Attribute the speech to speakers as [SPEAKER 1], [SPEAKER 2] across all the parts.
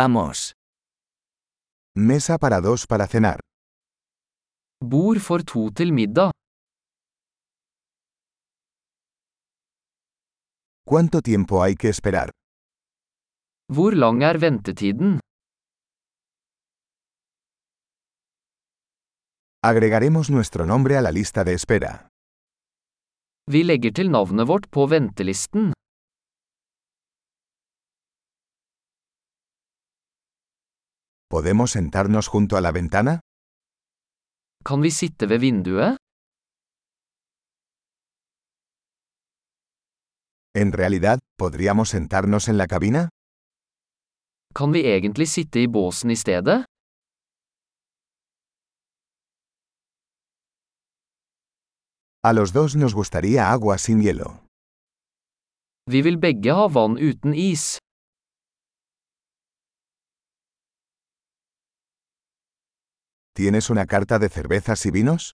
[SPEAKER 1] Vamos.
[SPEAKER 2] Mesa para dos para cenar.
[SPEAKER 3] Bord for to til middag.
[SPEAKER 2] ¿Cuánto tiempo hay que esperar?
[SPEAKER 3] Hvor lang er ventetiden?
[SPEAKER 2] Agregaremos nuestro nombre a la lista de espera.
[SPEAKER 3] Vi legger til navnet vårt på ventelisten.
[SPEAKER 2] ¿Podemos sentarnos junto a la ventana?
[SPEAKER 3] Kan vi sitte ved vinduet?
[SPEAKER 2] En realidad, ¿podríamos sentarnos en la cabina?
[SPEAKER 3] Kan vi egentlig sitte i båsen i stedet?
[SPEAKER 2] A los dos nos gustaría agua sin hielo.
[SPEAKER 3] Vi vil begge ha vann uten is.
[SPEAKER 2] ¿Tienes una carta de cervezas y vinos?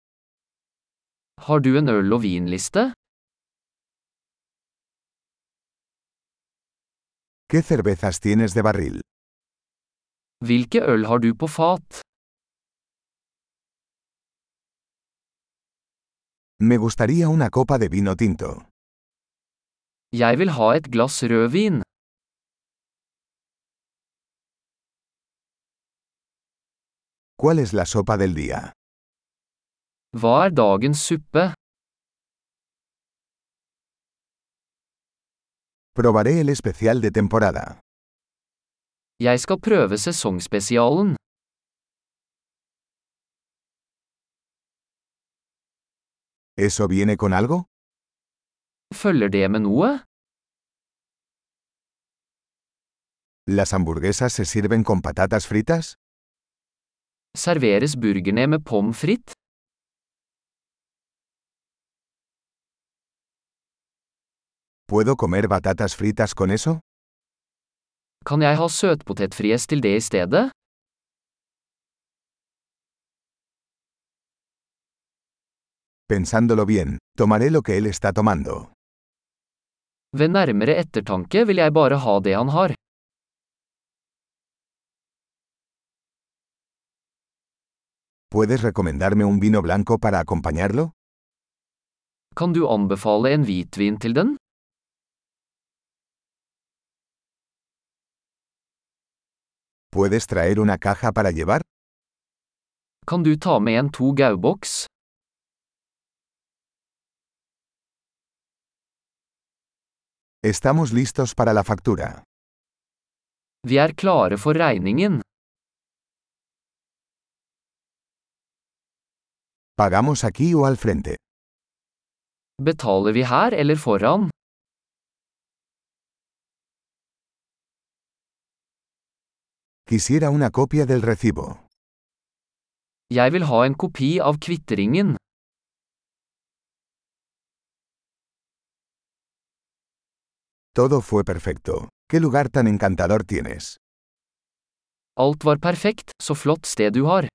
[SPEAKER 3] Har du en øl- og vinliste?
[SPEAKER 2] ¿Qué cervezas tienes de barril?
[SPEAKER 3] Hvilke øl har du på fat?
[SPEAKER 2] Me gustaría una copa de vino tinto.
[SPEAKER 3] Jeg vil ha et glass rødvin.
[SPEAKER 2] ¿Cuál es la sopa del día?
[SPEAKER 3] Hva er dagens suppe?
[SPEAKER 2] Probaré el especial de temporada.
[SPEAKER 3] Jeg skal prøve sesongspesialen.
[SPEAKER 2] ¿Eso viene con algo?
[SPEAKER 3] Følger det med noe?
[SPEAKER 2] ¿Las hamburguesas se sirven con patatas fritas?
[SPEAKER 3] Serveres burgerne med pommes frites?
[SPEAKER 2] ¿Puedo comer batatas fritas con eso?
[SPEAKER 3] Kan jeg ha søtpotetfries til det i stedet?
[SPEAKER 2] Pensándolo bien, tomaré lo que él está tomando.
[SPEAKER 3] Ved nærmere ettertanke vil jeg bare ha det han har.
[SPEAKER 2] ¿Puedes recomendarme un vino blanco para acompañarlo?
[SPEAKER 3] Kan du anbefale en hvitvin til den?
[SPEAKER 2] ¿Puedes traer una caja para llevar?
[SPEAKER 3] Kan du ta med en to gau-boks?
[SPEAKER 2] Estamos listos para la factura.
[SPEAKER 3] Vi er klare for regningen.
[SPEAKER 2] ¿Pagamos aquí o al frente?
[SPEAKER 3] Betaler vi her eller foran?
[SPEAKER 2] Quisiera una copia del recibo.
[SPEAKER 3] Jeg vil ha en kopi av kvitteringen.
[SPEAKER 2] Todo fue perfecto. ¿Qué lugar tan encantador tienes?
[SPEAKER 3] Alt var perfekt, så flott sted du har.